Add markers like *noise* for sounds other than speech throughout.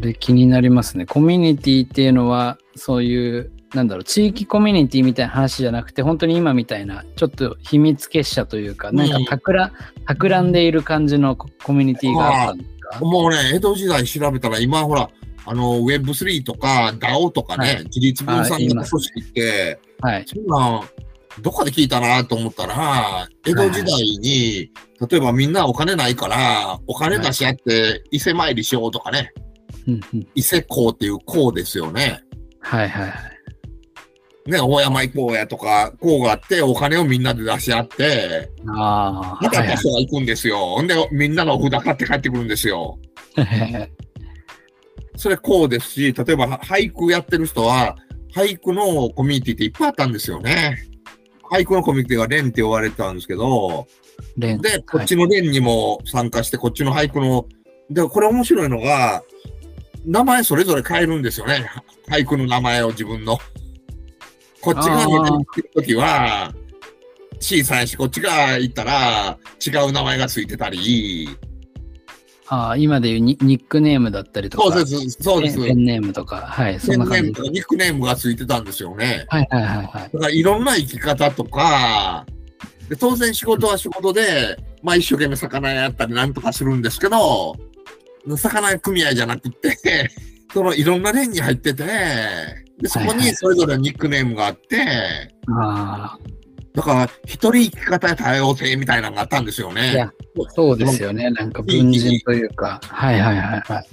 れ気になりますね。コミュニティっていうのは、そういう、なんだろう、地域コミュニティみたいな話じゃなくて、本当に今みたいな、ちょっと秘密結社というか、なんか企企んでいる感じのココミュニティがあったんですかもうね、江戸時代調べたら、今ほら、あの、Web3 とか DAO とかね、はい自立分散型組織って、はい。そんなん、どこかで聞いたなと思ったら、江戸時代に、例えばみんなお金ないから、お金出し合って伊勢参りしようとかね、うんうん伊勢港っていう港ですよね。はいはいはい。ね、大山行こうやとか、こうがあって、お金をみんなで出し合って、ああ。またはい他はい人が行くんですよ。ほんで、みんなのお札買って帰ってくるんですよ。それこうですし、例えば俳句やってる人は、俳句のコミュニティっていっぱいあったんですよね。俳句のコミュニティは連って呼ばれてたんですけど、 *laughs* 連で、こっちの連にも参加して、こっちの俳句の、で、これ面白いのが、名前それぞれ変えるんですよね。俳句の名前を自分の。こっちが言ってるときは、小さいし、こっちが行ったら違う名前がついてたり、ああ、今でいうニニックネームだったりとか。そうです、そうです。ペンペンネームとか。はい、そんペンネな感ーじム。とかニックネームがついてたんですよね。はいはいはいはい。だからいろんな生き方とか、で当然仕事は仕事で、まあ一生懸命魚屋やったりなんとかするんですけど、魚屋組合じゃなくて、 *laughs* そのいろんな連に入ってて、でそこはいはにいそれぞれニックネームがあって、あだから一人生き方や多様性みたいなのがあったんですよあ。いねや。、そうですよね。なんか文人というか。はいはいはいはい。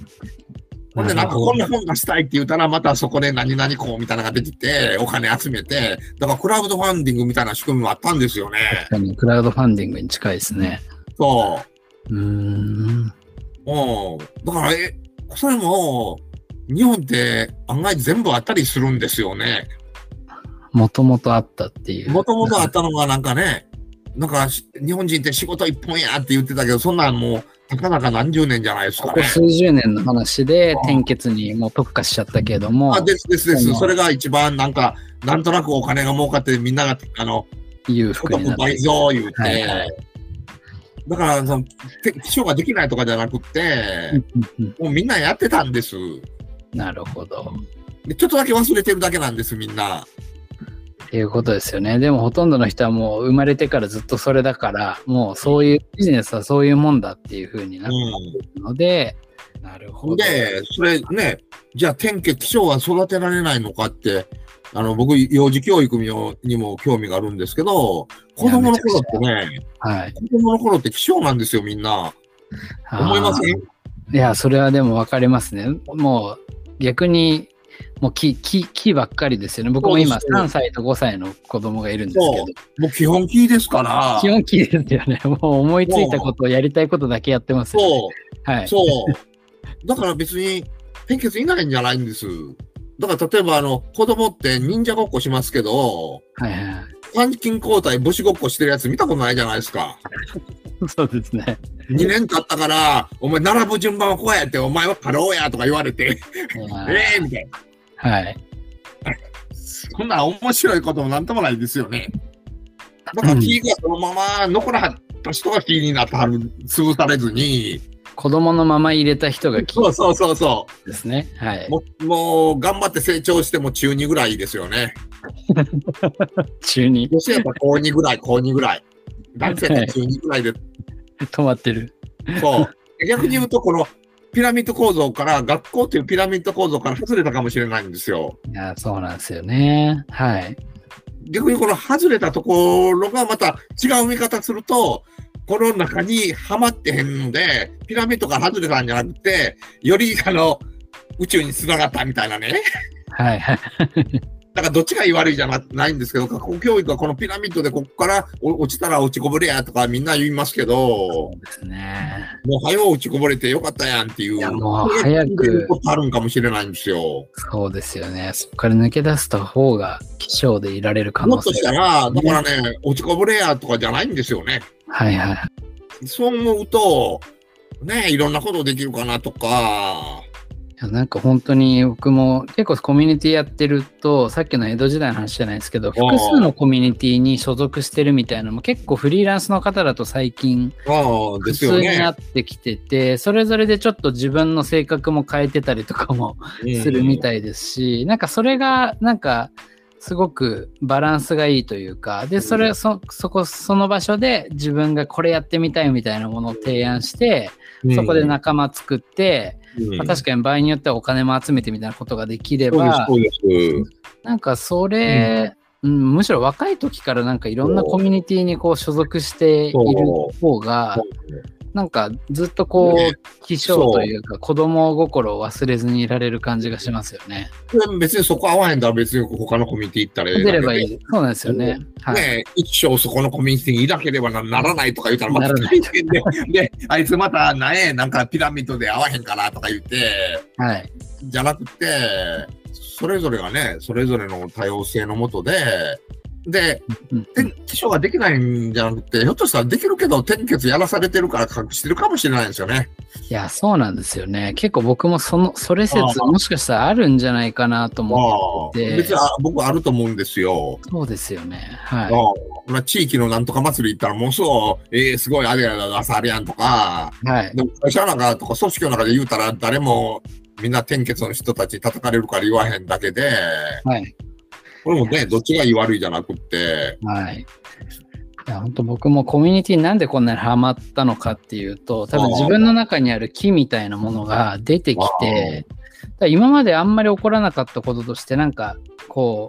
ほんでなんかるほこんどな本出したいって言ったらまたそこで何々こうみたいなのが出てきて、お金集めて、だからクラウドファンディングみたいな仕組みもあったんですよね。確かにクラウドファンディングに近いですね。そう。うーん。うん。だから、え、それも、日本って案外全部あったりするんですよね。もともとあったっていう。もともとあったのがなんかね、なんかし日本人って仕事一本やって言ってたけど、そんなんもう、たかだか何十年じゃないですこかこね。数十年の話で、転結にもう特化しちゃったけれどもあ、ですですでそす。のそれが一番なんか、なんとなくお金が儲かってみんなが、あの、裕所福にな得っ倍て。増言うて、はいはだからその、て起床ができないとかじゃなくうて、んうんうんもうみんなやってたんです。なるほど。でちょっとだけ忘れてるだけなんです、みんな。っていうことですよね。でもほとんどの人はもう生まれてからずっとそれだから、もうそういうビジネスはそういうもんだっていうふうにうなるん。ので、なるほど。で、それね、じゃあ天気、気象は育てられないのかって、あの、僕、幼児教育にもにも興味があるんですけど、子供の頃ってね、はい。子供の頃って気象なんですよ、みんな。思いませんいや、それはでも分かりますね。もう逆に、もう木、木、木ばっかりですよね。僕も今そうです3歳と5歳の子供がいるんですけそど、もう基本キーですから。基本木ですよね。 *laughs* もう思いついたことをやりたいことだけやってますよね。そはう、い。そう。だから別に、天気いないんじゃないんです。だから例えば、あの、子供って忍者ごっこしますけど、はいはいはい。参勤交代、武士ごっこしてるやつ見たことないじゃないですか。そうですね。 2年経ったから、お前並ぶ順番はこうやって、お前は過労やとか言われて、ええみたいな。はい。そんな面白いこともなんともないですよね。だから、木がそのまま残らはった人が木になってはる、潰されずに。子供のまま入れた人が木そうそうそうそですね。はう。い。もうもう、頑張って成長しても中2ぐらいですよね。中に女子やっぱ高2ぐらい、高2ぐらい。男性って中2ぐらいで。止まってる。 *laughs* そう。逆に言うと、この、ピラミッド構造から、学校というピラミッド構造から外れたかもしれないんですよ。いや、そうなんですよね。はい。逆にこの外れたところがまた違う見方すると、この中にはまってへんので、ピラミッドから外れたんじゃなくて、よりあの宇宙につながったみたいなね。はいはい。だからどっちがいい悪いじゃなないんですけど、学校教育はこのピラミッドでここからお落ちたら落ちこぼれやとかみんな言いますけそど、うですね。もう早う落ちこぼれてよかったやんっていう。いや、もう早そういうくこ、とあるんかもしれないんですよ。そうですよね。そこから抜け出した方が、気象でいられる可も能っと性したが。ら、だからね、落ちこぼれやとかじゃないんですよね。はいはい。そう思うと、ね、いろんなことできるかなとか、やなんか本当に僕も結構コミュニティやってるとさっきの江戸時代の話じゃないですけど複数のコミュニティに所属してるみたいなのも結構フリーランスの方だと最近ああ、普ですよ通になねっ。てきてて、それぞれでちょっと自分の性格も変えてたりとかもするみい。たいですし、なんかそれがなんかすごくバランスがいいというかでそれそそこその場所で自分がこれやってみたいみたいなものを提案して、そこで仲間作って、うん、まあ確かに場合によってはお金も集めてみたいなことができればそうです、そうです。なんかそれ、うん、むしろ若い時からなんかいろんなコミュニティにこう所属しているそう方がなんかずっとこねう気象というか子供心を忘れずにいられる感じがしますよね。で別にそこ合わへんだら別に他のコミュニティ行ったらええ出だけれでばいい。そうなんですよね。はい。ねえ、一生そこのコミュニティにいなければなならないとか言うたらまなたらない大変で、で、あいつまたなえ、なんかピラミッドで会わへんからとか言って、はい。じゃなくて、それぞれがね、それぞれの多様性のもとで、で、うん転気象ができないんじゃなくて、ひょっとしたらできるけど、転結やらされてるから隠してるかもしれないですよね。いや、そうなんですよね。結構僕もその、それ説ああもしかしたらあるんじゃないかなとま思あ、で別にあ僕あると思うんですよ。う。そうですよね。はい。うんまあ地域のなんとか祭り行ったら、もうそう、えー、すごいあれやだ、あさあれやんとか、はい。でも会社なんかとか組織の中で言うたら誰もみんな転結の人たち叩かれるから言わへんだけで、はい。これもね、どっちがいい悪いじゃなくって、はい。いや、本当僕もコミュニティなんでこんなにハマったのかっていうと、多分自分の中にある木みたいなものが出てきて、だから今まであんまり起こらなかったこととして、なんか、こ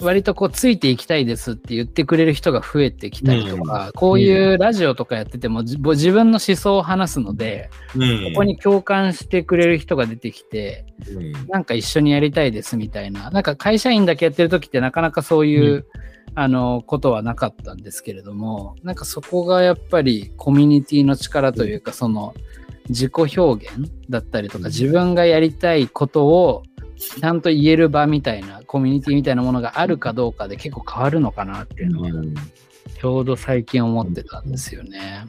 う、割とこう、ついていきたいですって言ってくれる人が増えてきたりとか、こういうラジオとかやってても、じ自分の思想を話すので、うんここに共感してくれる人が出てきて、うんなんか一緒にやりたいですみたいな、なんか会社員だけやってる時ってなかなかそういう、うあのことはなかったんですけれども、なんかそこがやっぱりコミュニティの力というか、その自己表現だったりとうんか、自分がやりたいことをちゃんと言える場みたいな、コミュニティみたいなものがあるかどうかで結構変わるのかなっていうのは、うんちょうど最近思ってたんですよね。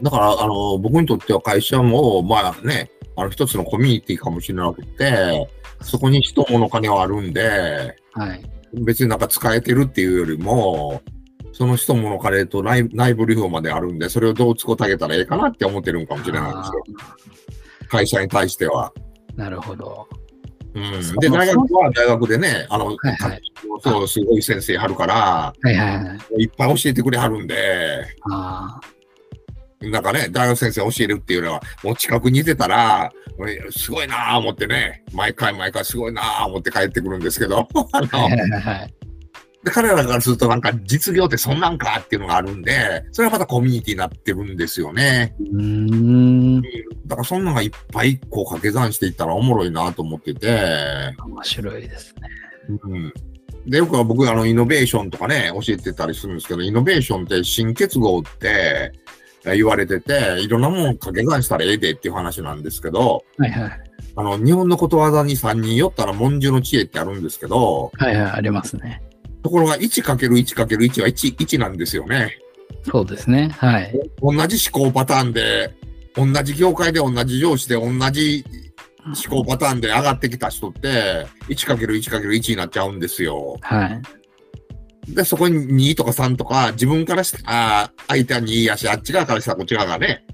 だから、あの、僕にとっては会社も、まあね、あの、一つのコミュニティかもしれなくて、そこに人物金はあるんで、はい。別になんか使えてるっていうよりも、その人物金と内内部留保まであるんで、それをどう使ってあげたらええかなって思ってるんかもしれないですよ。会社に対しては。なるほど。うんそで、う大学は大学でね、あの、はいはいそう、すごい先生はるから、はいはいはい。いっぱい教えてくれはるんで、あなんかね、大学先生教えるっていうよりは、もう近くにいてたら、俺すごいなぁ思ってね、毎回毎回すごいなぁ思って帰ってくるんですけど、 *laughs* あのあ。はいはいはい。で彼らからするとなんか実業ってそんなんかっていうのがあるんで、それはまたコミュニティになってるんですよね。うーん。だからそんなんがいっぱいこう掛け算していったらおもろいなぁと思ってて、面白いですね。うんでよくは僕あのイノベーションとかね教えてたりするんですけどイノベーションって新結合ってえ言われてていろんなもん掛け算したらええでっていう話なんですけどはいはい。あの日本のことわざに3人寄ったら文殊の知恵ってあるんですけどはいはい、ありますね。ところが 1×1×1 は 1, 1なんですよね。そうですね。はい。同じ思考パターンで同じ業界で同じ上司で同じ思考パターンで上がってきた人って 1×1×1 になっちゃうんですよ。はい。で、そこに2とか3とか、自分からしたら、相手は2やし、あっち側からしたらこっち側がね、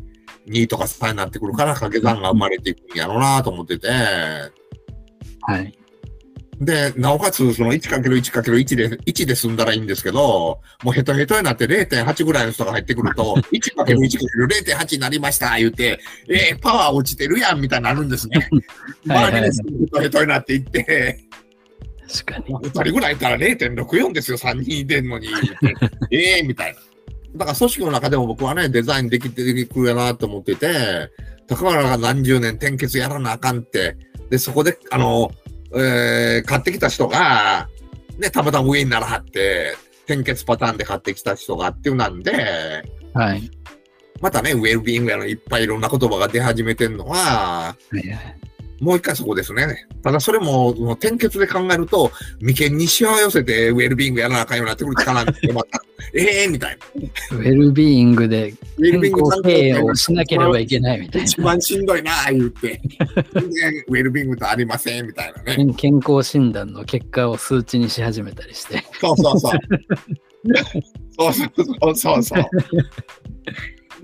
2とか3になってくるから、掛け算が生まれていくんやろうなと思ってて、はい。で、なおかつ、その 1×1×1 で、1で済んだらいいんですけど、もうヘトヘトになって0.8ぐらいの人が入ってく *laughs* ると、1×1×0.8 になりました、言うて、えー、パワー落ちてるやん、みたいになるんですね。はいはい周りですヘトヘトになっていって、確かに。 2人ぐらいいたら0.64ですよ、3人いてんのに。ええみたいな。だから組織の中でも僕はね、デザインできてくるなと思ってて、高原が何十年転結やらなあかんって、で、そこで、あの、えー買ってきた人が、ね、たまたま上にならはって、転結パターンで買ってきた人がっていうなんで、はい。またね、ウェルビーイングやのいっぱいいろんな言葉が出始めてるのはは、いはい。もう一回そこですね。ただそれも、もう転結で考えると、眉間にしわ寄せてウェルビーイングやらなあかんようになってくるかなって思った。 *laughs* ええみたいな。ウェルビーイングでウェ健ルビーイング康経営をしなければいけないみたい一番しんどいなあ言って。 *laughs* でウェルビーイングとありませんみたいなね。な。健康診断の結果を数値にし始めたりして。そうそうそう。そうそうそうそう。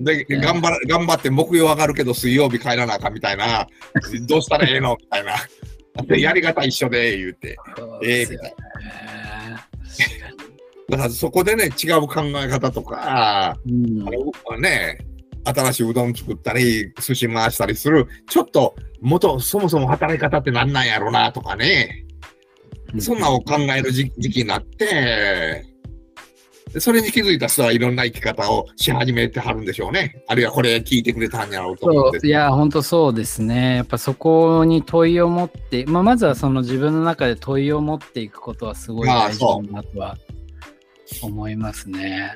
で、や頑張ら頑張って木曜上がるけど水曜日帰らなあかんみたいな、どうしたらええのみたいな。で、やり方一緒で言うて。ええみたいだからそこでね、違う考え方とか、うんあのね、新しいうどん作ったり、寿司回したりする、ちょっと元、そもそも働き方ってなんなんやろなとかね、そんなんを考える時時期になって、それに気づいた人はいろんな生き方をし始めてはるんでしょうね。あるいはこれ聞いてくれたんやろうと思そうんですういや本当そうですねやっぱそこに問いを持って、まあ、まずはその自分の中で問いを持っていくことはすごいまあ大事だなとは思いますね。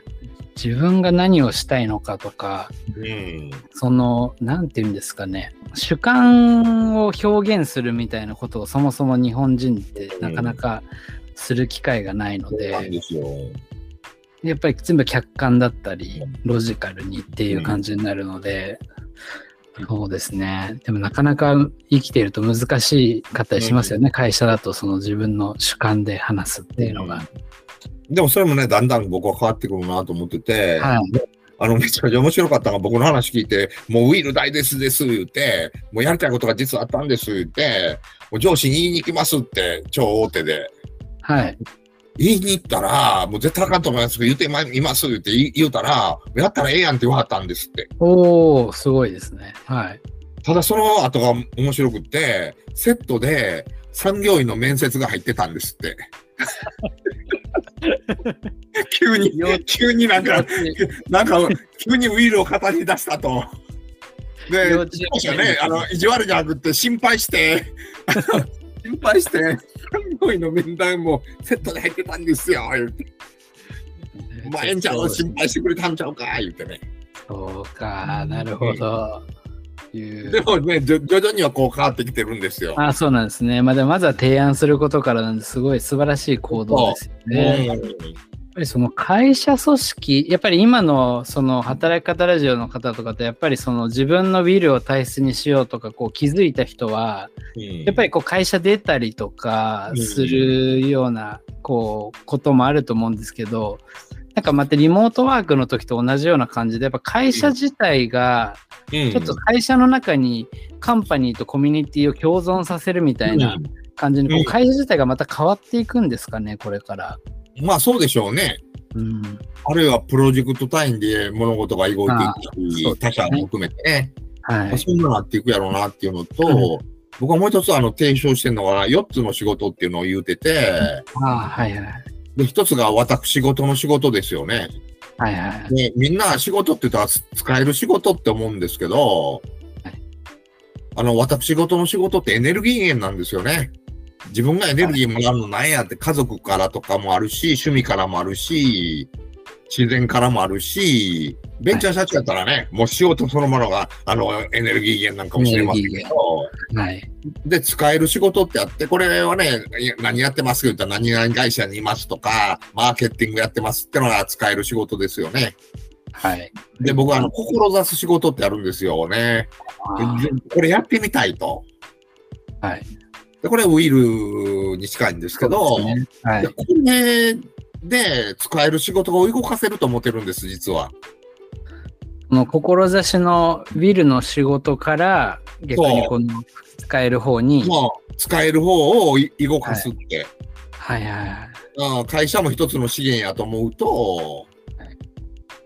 自分が何をしたいのかとかうん。その何て言うんですかね主観を表現するみたいなことをそもそも日本人ってなかなかする機会がないのそうで。なんですよ。やっぱり全部客観だったり、ロジカルにっていう感じになるので、そうですね。でもなかなか生きていると難しかったりしますよね。会社だとその自分の主観で話すっていうのが。でもそれもね、だんだん僕は変わってくるなと思ってて、はい。あの、めちゃくちゃ面白かったのが、僕の話聞いて、もうウィル大ですです、言うて、もうやりたいことが実はあったんです、言うて、もう上司に言いに行きますって、超大手で。はい。言いに行ったら、もう絶対あかんと思いますけど、言うてまいます、言うて言言うたら、やったらええやんって言わはったんですって。おー、すごいですね。はい。ただその後が面白くって、セットで産業医の面接が入ってたんですって。 *laughs* 急に、急になんか、なんか、急にウィールを語り出したと。で、幼稚園そうですよね、 *laughs* あの、意地悪じゃなくて、心配して、 *laughs* 心配して、産業医の面談もセットで入ってたんですよ、言うて。お前、えんちゃんを心配してくれたんちゃうか、言うてね。そうか、なるほど。いうでもね、じょ徐々にはこう変わってきてるんですよ。あそうなんですね。まあ、でもまずは提案することからなんですごい素晴らしい行動ですよね。やっぱりその会社組織、やっぱり今のその働き方ラジオの方とかって、やっぱりその自分のウィルを大切にしようとか、こう気づいた人は、やっぱり、りこう会社出たりとかするような、こう、こともあると思うんですけど、なんかまたリモートワークの時と同じような感じで、やっぱ会社自体が、ちちょっと会社の中にカンパニーとコミュニティを共存させるみたいな感じに、こうんう会社自体がまた変わっていくんですかね、これから。まあそうでしょうね。うんあるいはプロジェクト単位で物事が動いていああそっうたでり、すね他者も含めてね、はい、そんななっていくやろうなっていうのと、う僕はもう一つあの提唱してるのは、4つの仕事っていうのを言うてて、ああ、はいはい。で、1つが私事の仕事ですよね。はいはい。で、みんな仕事って言ったら使える仕事って思うんですけどはい、あの、私事の仕事ってエネルギー源なんですよね。自分がエネルギーもらうのなんやって、家族からとかもあるし、趣味からもあるし、自然からもあるし、ベンチャー社長やったらね、もう仕事そのものが、あの、エネルギー源なんかもしれませんエネけルギーど、はい。で、使える仕事ってあって、これはね、いや何やってますか言ったら何々会社にいますとか、マーケティングやってますってのが使える仕事ですよね。はい。で、僕はあの、志す仕事ってあるんですよね。でこれやってみたいと。はい。でこれウィルに近いんですけど、そうですねはいで。これで使える仕事を動かせると思ってるんです、実は。この志のウィルの仕事から、逆にこの使える方に、もう使える方をい動かすって、はいはいはい。うん会社も一つの資源やと思うとは、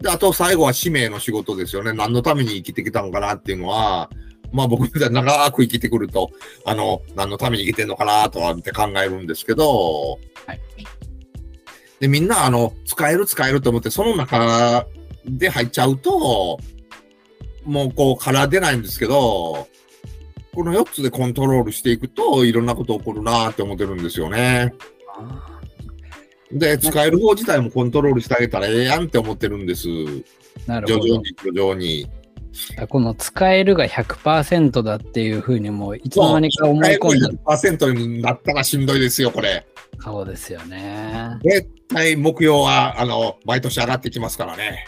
であと最後は使命の仕事ですよね。何のために生きてきたのかなっていうのは、まあ僕みたいに長く生きてくると、あの、何のために生きてんのかなとはって考えるんですけど、はいで、みんなあの、使える使えると思って、その中で入っちゃうと、もうこう、から出ないんですけど、この4つでコントロールしていくと、いろんなこと起こるなって思ってるんですよね。あで、使える方自体もコントロールしてあげたらええやんって思ってるんです。ーなる徐ほ々どに。徐々に。だこの使えるが100%だっていうふうにもういつの間にか思い込んだ100%になったらしんどいですよ、これ。顔ですよね。絶対目標は、あの、毎年上がってきますからね。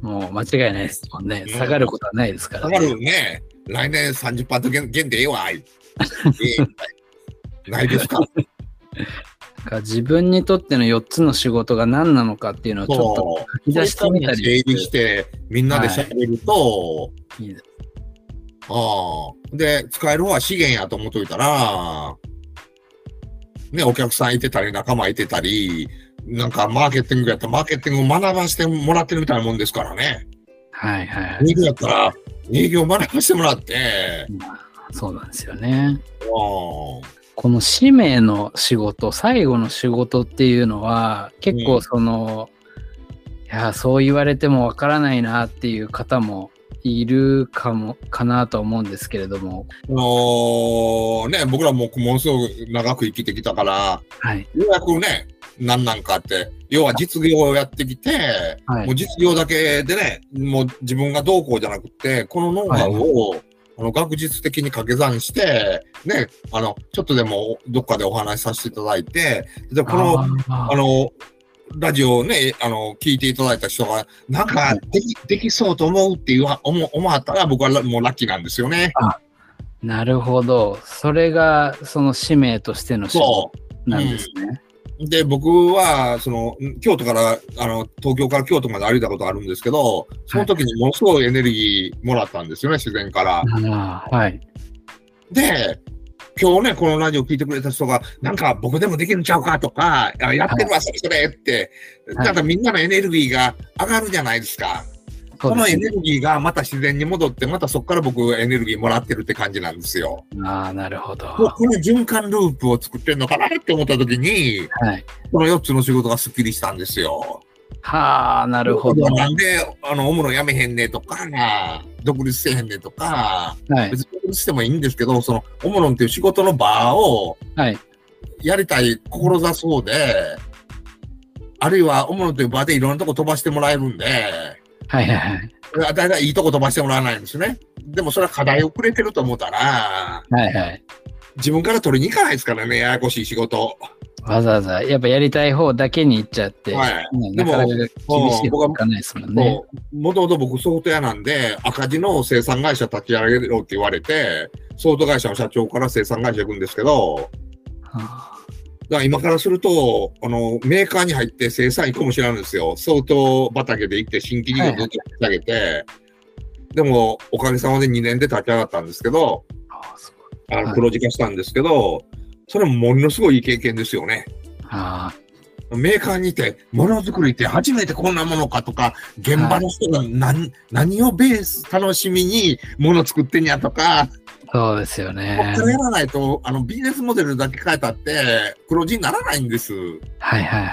もう間違いないですもんね。うん下がることはないですからね、下がるね。来年30%減減でええわ。い *laughs* ないですか。だから自分にとっての4つの仕事が何なのかっていうのをちょっとそ書う。き出してみたり整理して、みんなで喋ると、いいですああ。で、使える方は資源やと思っといたら、ね、お客さんいてたり、仲間いてたり、なんかマーケティングやったら、マーケティングを学ばしてもらってるみたいなもんですからね。はいはいはい。営業やったら、営業を学ばしてもらって、そうなんですよね。うんこの使命の仕事、最後の仕事っていうのは、結う構んその、いや、そう言われてもわからないなっていう方もいるかも、かなと思うんですけれども、あのーね、僕らもものすごく長く生きてきたから、はい。ようやくね、何なんかって、要は実業をやってきて、はもうい。実業だけでね、もう自分がどうこうじゃなくて、このノウハウを、あの学術的に掛け算して、ね、あの、ちょっとでもどっかでお話しさせていただいて、で、この、ああーの、ラジオをね、あの、聞いていただいた人が、なんかでき、できそうと思うっていうは思思ったら、僕はラもうラッキーなんですよね。なるほど。それが、その使命としての仕事そなんですね。う。で、僕は、その、ん京都から、あの、東京から京都まで歩いたことあるんですけど、その時にものすごいエネルギーもらったんですよね、自然から。あーはい。で、今日ね、このラジオ聞いてくれた人が、なんか僕でもできるんちゃうかとか、あやってるわ、それそれって、はいなんかみんなのエネルギーが上がるじゃないですか。そそうでのエすねネルギーがまた自然に戻って、またそこから僕エネルギーもらってるって感じなんですよ。ああ、なるほど。もうはこの循環ループを作ってんのかなって思った時に、い。この4つの仕事がスッキリしたんですよ。はあ、ななるほど。はなんで、あの、おもろやめへんねとか、独立せへんねとか、い。別に独立してもいいんですけど、その、おもろんっていう仕事の場を、はい。やりたい志そうで、あるいは、おもろんという場でいろんなとこ飛ばしてもらえるんで、はいはいはい。だいたいいいとこ飛ばしてもらわないんですね。でもそれは課題をくれてると思ったら、はいはい。自分から取りに行かないですからね、ややこしい仕事。わざわざ、やっぱやりたい方だけに行っちゃって、はいねでなもかなか厳しいこといかないですもんね。もともと僕ソフト屋なんで、赤字の生産会社立ち上げろって言われて、ソフト会社の社長から生産会社行くんですけど、はだから今からすると、あの、メーカーに入って生産行くかもしれないんですよ。ソフト畑で行って新規事業ずっと立ち上げて、でも、おかげさまで2年で立ち上がったんですけど、ああすごいあはいの黒字化したんですけど、それもものすごいいい経験ですよね。あメーカーにて、ものづくりって初めてこんなものかとか、現場の人が何,、何をベース楽しみにもの作ってんやとか、あそうですよこっねか。らやらないと、あの、ビジネスモデルだけ変えたって、黒字にならないんです。はいはいはい。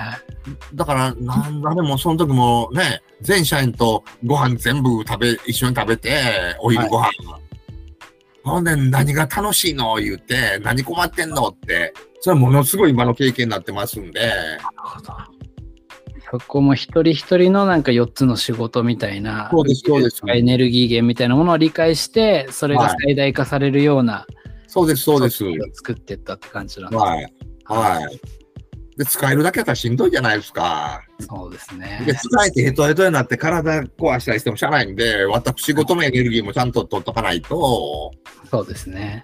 だから、なんだでも、その時もね、全社員とご飯全部食べ、一緒に食べて、お昼ご飯。ほんで、何が楽しいの言って、何困ってんのって、それはものすごい今の経験になってますんで、なるほど。そこも一人一人のなんか4つの仕事みたいな、そうですそうですエネルギー源みたいなものを理解して、それが最大化されるような、そうです、そうです。作っていったって感じなんですねはい。はい。で、使えるだけやったらしんどいじゃないですか。そうですで、ね。使えてヘトヘトになって体壊したりしてもしゃあないんで、私事のエネルギーもちゃんと取っとかないと、そうですね。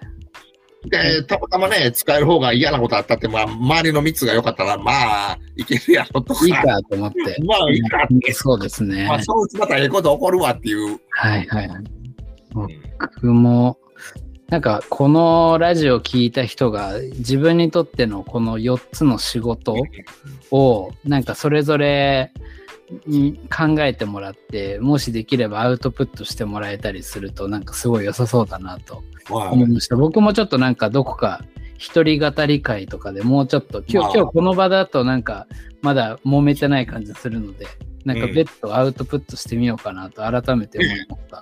で、たまたまね、使える方が嫌なことあったって、まあ、周りの密が良かったら、まあ、いけるやろとか。いいかと思って。まあ、いいかって。そうですね。まあ、そのうちまたええこと起こるわっていう。はいはいはい。うん僕もなんかこのラジオ聞いた人が自分にとってのこの4つの仕事をなんかそれぞれに考えてもらってもしできればアウトプットしてもらえたりするとなんかすごい良さそうだなとは思いました僕もちょっとなんかどこか一人語り会とかでもうちょっと今まあ日今日この場だとなんかまだ揉めてない感じするのでなんか別途アウトプットしてみようかなと改めて思いました。い。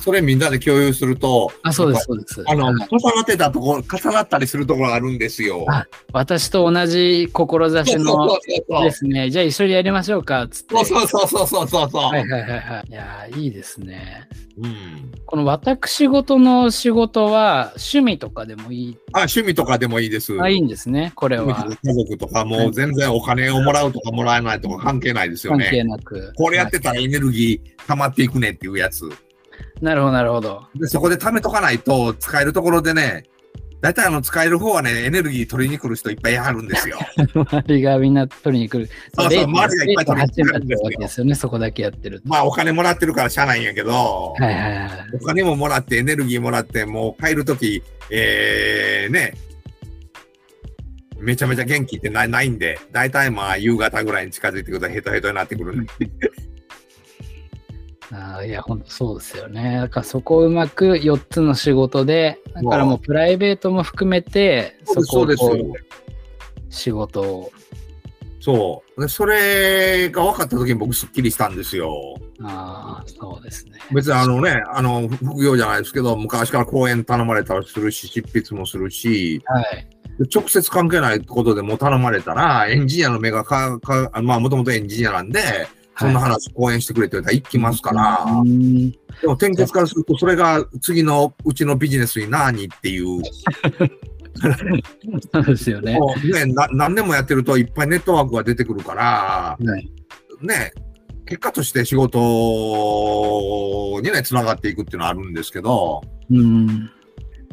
それみんなで共有すると、あ、そうです、そうです。あの、はい重なってたところ、重なったりするところがあるんですよ。あ私と同じ志そうのそうそうですね。じゃあ一緒にやりましょうか、つって。そう。そうそうそうそうそうそう。はいはいはいはい。いやーいいですね。うん。この私事の仕事は趣味とかでもいい、あ、趣味とかでもいいです。あいいんですね、これは。家族とかもう全然お金をもらうとかもらえないとか関係ないですよ関ね。係なく。これやってたらエネルギー溜まっていくねっていうやつ。はいなるほどなるほど。で、そこで貯めとかないと使えるところでね、大体あの使える方はね、エネルギー取りに来る人いっぱいやはるんです *laughs* よ。周りがみんな取りに来る。そうそう周りがいっぱい取りに来る0.8になっちゃうわけですよね、そこだけやってると。まあお金もらってるからしゃあないんやけど、はいはいはい。お金ももらってエネルギーもらって、もう帰るとき、えー、ね、めちゃめちゃ元気ってないないんで、大体まあ夕方ぐらいに近づいてくるとヘトヘトになってくるんで。あーいや、本当そうですよね。だからそこをうまく4つの仕事で、だからもうプライベートも含めて、そこそをうですこよ。う仕事を。そう。でそれが分かった時に僕すっきりしたんですよ。ああ、そうですね。別にあのね、あの、副業じゃないですけど、昔から講演頼まれたらするし、執筆もするし、はい。で直接関係ないことでも頼まれたら、エンジニアの目がか、かあまあ、もともとエンジニアなんで、そんなはい話、講演してくれって言ったら行きますから、うんでも、転結からすると、それが次のうちのビジネスに何っていう、そうですよね。もうね、な何年もやってるといっぱいネットワークが出てくるから、はい、ね、結果として仕事にね、つながっていくっていうのはあるんですけど、うん。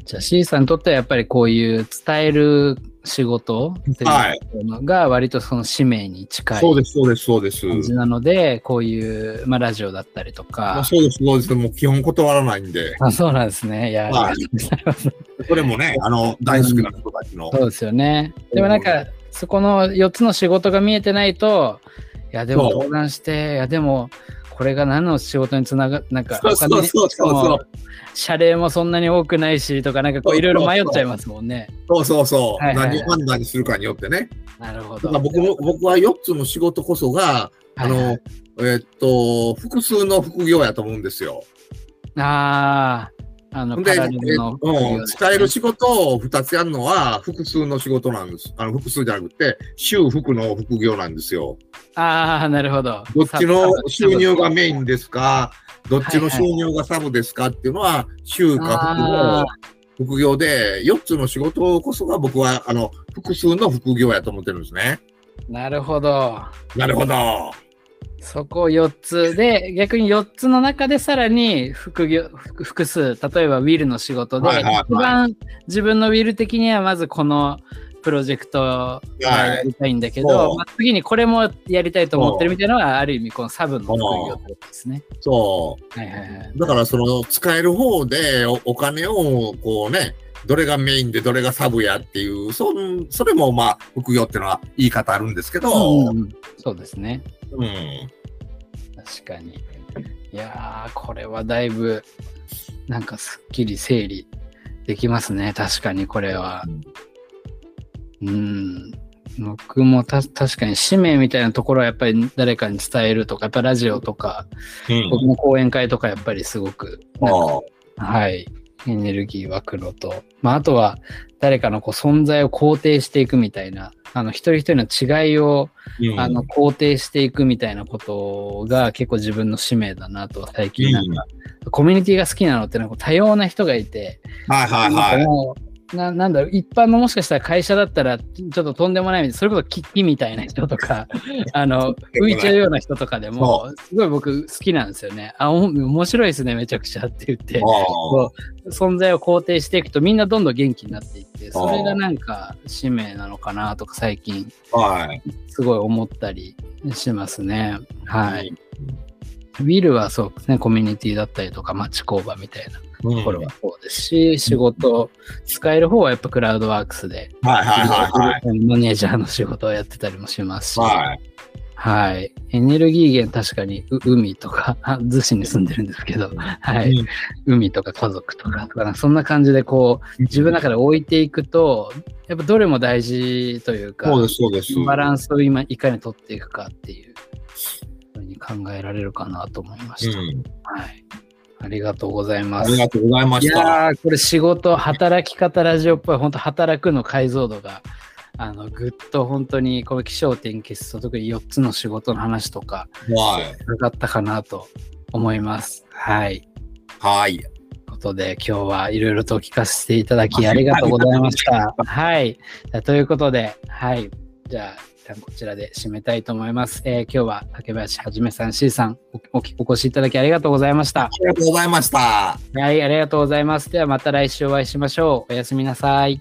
じゃあ C さんにとってはやっぱりこういう伝える仕事ってはいいうのが割とその使命に近いそうです、そうです、そうです。感じなので、こういう、まあ、ラジオだったりとまあ、か。そうです、そうです。もう基本断らないんで、あそうなんですね。いや、はいありがとうございますこれもね、あの、大好きな人たちの。そうですよね。でもなんか、そこの4つの仕事が見えてないと、いや、でもそう登壇して、いや、でも、これが何の仕事につながなんか、そうそうそうそうお金しかも謝礼もそんなに多くないしとか、なんかこう、そういそろいうそうろ迷っちゃいますもんね。そうそうそう。はいはいはい何を判断にするかによってね。なるほだど。から僕も、僕は4つの仕事こそが、あはいはのい、えっと、複数の副業やと思うんですよ。 *laughs* あー、あの、で、パえラっレとルの副業うんですね伝える仕事を2つやるのは複数の仕事なんです。あの複数じゃなくて、週服の副業なんですよ。あー、なるほど。どっちのサブ収入がメインですか、どっちの収入がサブですかっていうのは、週あか副業、副業で、4つの仕事こそが僕は、あの、複数の副業やと思ってるんですね。ーなるほど。なるほど。そこ4つで、逆に4つの中でさらに副業、複複数、例えばウィルの仕事で、はいはいはい一番自分のウィル的にはまずこのプロジェクトがやりたいんだけど、そうまあ次にこれもやりたいと思ってるみたいなのは、ある意味このサブの副業ってことですね。そ。はいはいはいうだから、その、使える方でおお金を、こうね、どれがメインでどれがサブやっていう、そんそれもまあ、副業っていうのは言い方あるんですけど、うんうんそうですね。うん。確かに。いやー、これはだいぶ、なんかすっきり整理できますね。確かにこれは。うん。僕もた確かに使命みたいなところはやっぱり誰かに伝えるとか、やっぱラジオとか、うん僕の講演会とかやっぱりすごく、なんかああはい、エネルギー湧くのと、まあ、あとは誰かのこう存在を肯定していくみたいな、あの一人一人の違いを、うんあの肯定していくみたいなことが結構自分の使命だなと最近なんか、コミュニティが好きなのってなんか多様な人がいて、はいはいなんはいか。もうななんだろう一般のもしかしたら会社だったらちょっととんでもないみたいなそれこそキッキみたいな人と *laughs* かあの浮いちゃうような人とかでもすごい僕好きなんですよね。あおも面白いですねめちゃくちゃって言ってああこう存在を肯定していくとみんなどんどん元気になっていってそれがなんか使命なのかなとか最近はい。すごい思ったりしますね。はい、ウィルはそうですねコミュニティだったりとか町工場みたいな。うんこれはそうですし、仕事、使える方はやっぱクラウドワークスで、はいはいはいはい。マネージャーの仕事をやってたりもしますし、はい。はい。エネルギー源確かにう海とか、 *laughs* あ逗子に住んでるんですけど、はい。うん海とか家族とか、とかそんな感じでこう、自分の中で置いていくと、やっぱどれも大事というか、そうです、そうです。バランスを今いかに取っていくかっていうふうに考えられるかなと思いました。うんはい。ありがとうございまあすり。がとうございまいした。やー、これ仕事、働き方ラジオっぽい、本当働くの解像度が、あの、ぐっと本当に、この気象転結と特に4つの仕事の話とか、はい。上がったかなと思います。はい。はい。ということで、今日はいろいろと聞かせていただき、ありがとうございました。はい。じゃあということで、はい。じゃあ、一旦こちらで締めたいと思います。えー今日は竹林はじめさん、C さんお、おお越しいただきありがとうございましたあ。りがとうございました。はい、ありがとうございます。ではまた来週お会いしましょう。おやすみなさい。